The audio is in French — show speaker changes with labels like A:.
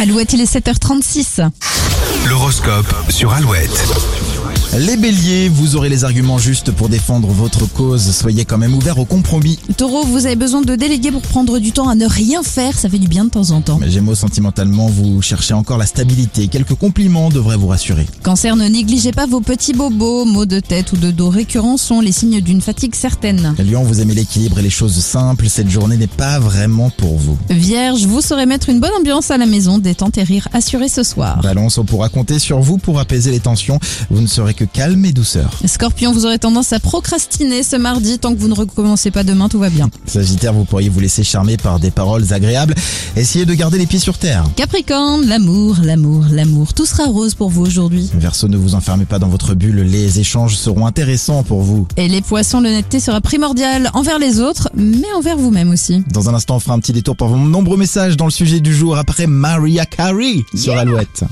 A: Alouette, il est 7h36.
B: L'horoscope sur Alouette.
C: Les béliers, vous aurez les arguments justes pour défendre votre cause. Soyez quand même ouverts au compromis.
A: Taureau, vous avez besoin de déléguer pour prendre du temps à ne rien faire, ça fait du bien de temps en temps.
C: Mais Gémeaux, sentimentalement, vous cherchez encore la stabilité. Quelques compliments devraient vous rassurer.
A: Cancer, ne négligez pas vos petits bobos, maux de tête ou de dos récurrents sont les signes d'une fatigue certaine.
C: Lion, vous aimez l'équilibre et les choses simples. Cette journée n'est pas vraiment pour vous.
A: Vierge, vous saurez mettre une bonne ambiance à la maison, détente et rire assuré ce soir.
C: Balance, on pourra compter sur vous pour apaiser les tensions. Vous ne serez que calme et douceur.
A: Scorpion, vous aurez tendance à procrastiner ce mardi, tant que vous ne recommencez pas demain, tout va bien.
C: Sagittaire, vous pourriez vous laisser charmer par des paroles agréables. Essayez de garder les pieds sur terre.
A: Capricorne, l'amour, l'amour, l'amour, tout sera rose pour vous aujourd'hui.
C: Verseau, ne vous enfermez pas dans votre bulle. Les échanges seront intéressants pour vous.
A: Et les poissons, l'honnêteté sera primordiale envers les autres, mais envers vous-même aussi.
C: Dans un instant, on fera un petit détour par vos nombreux messages dans le sujet du jour après Maria Carey sur Alouette.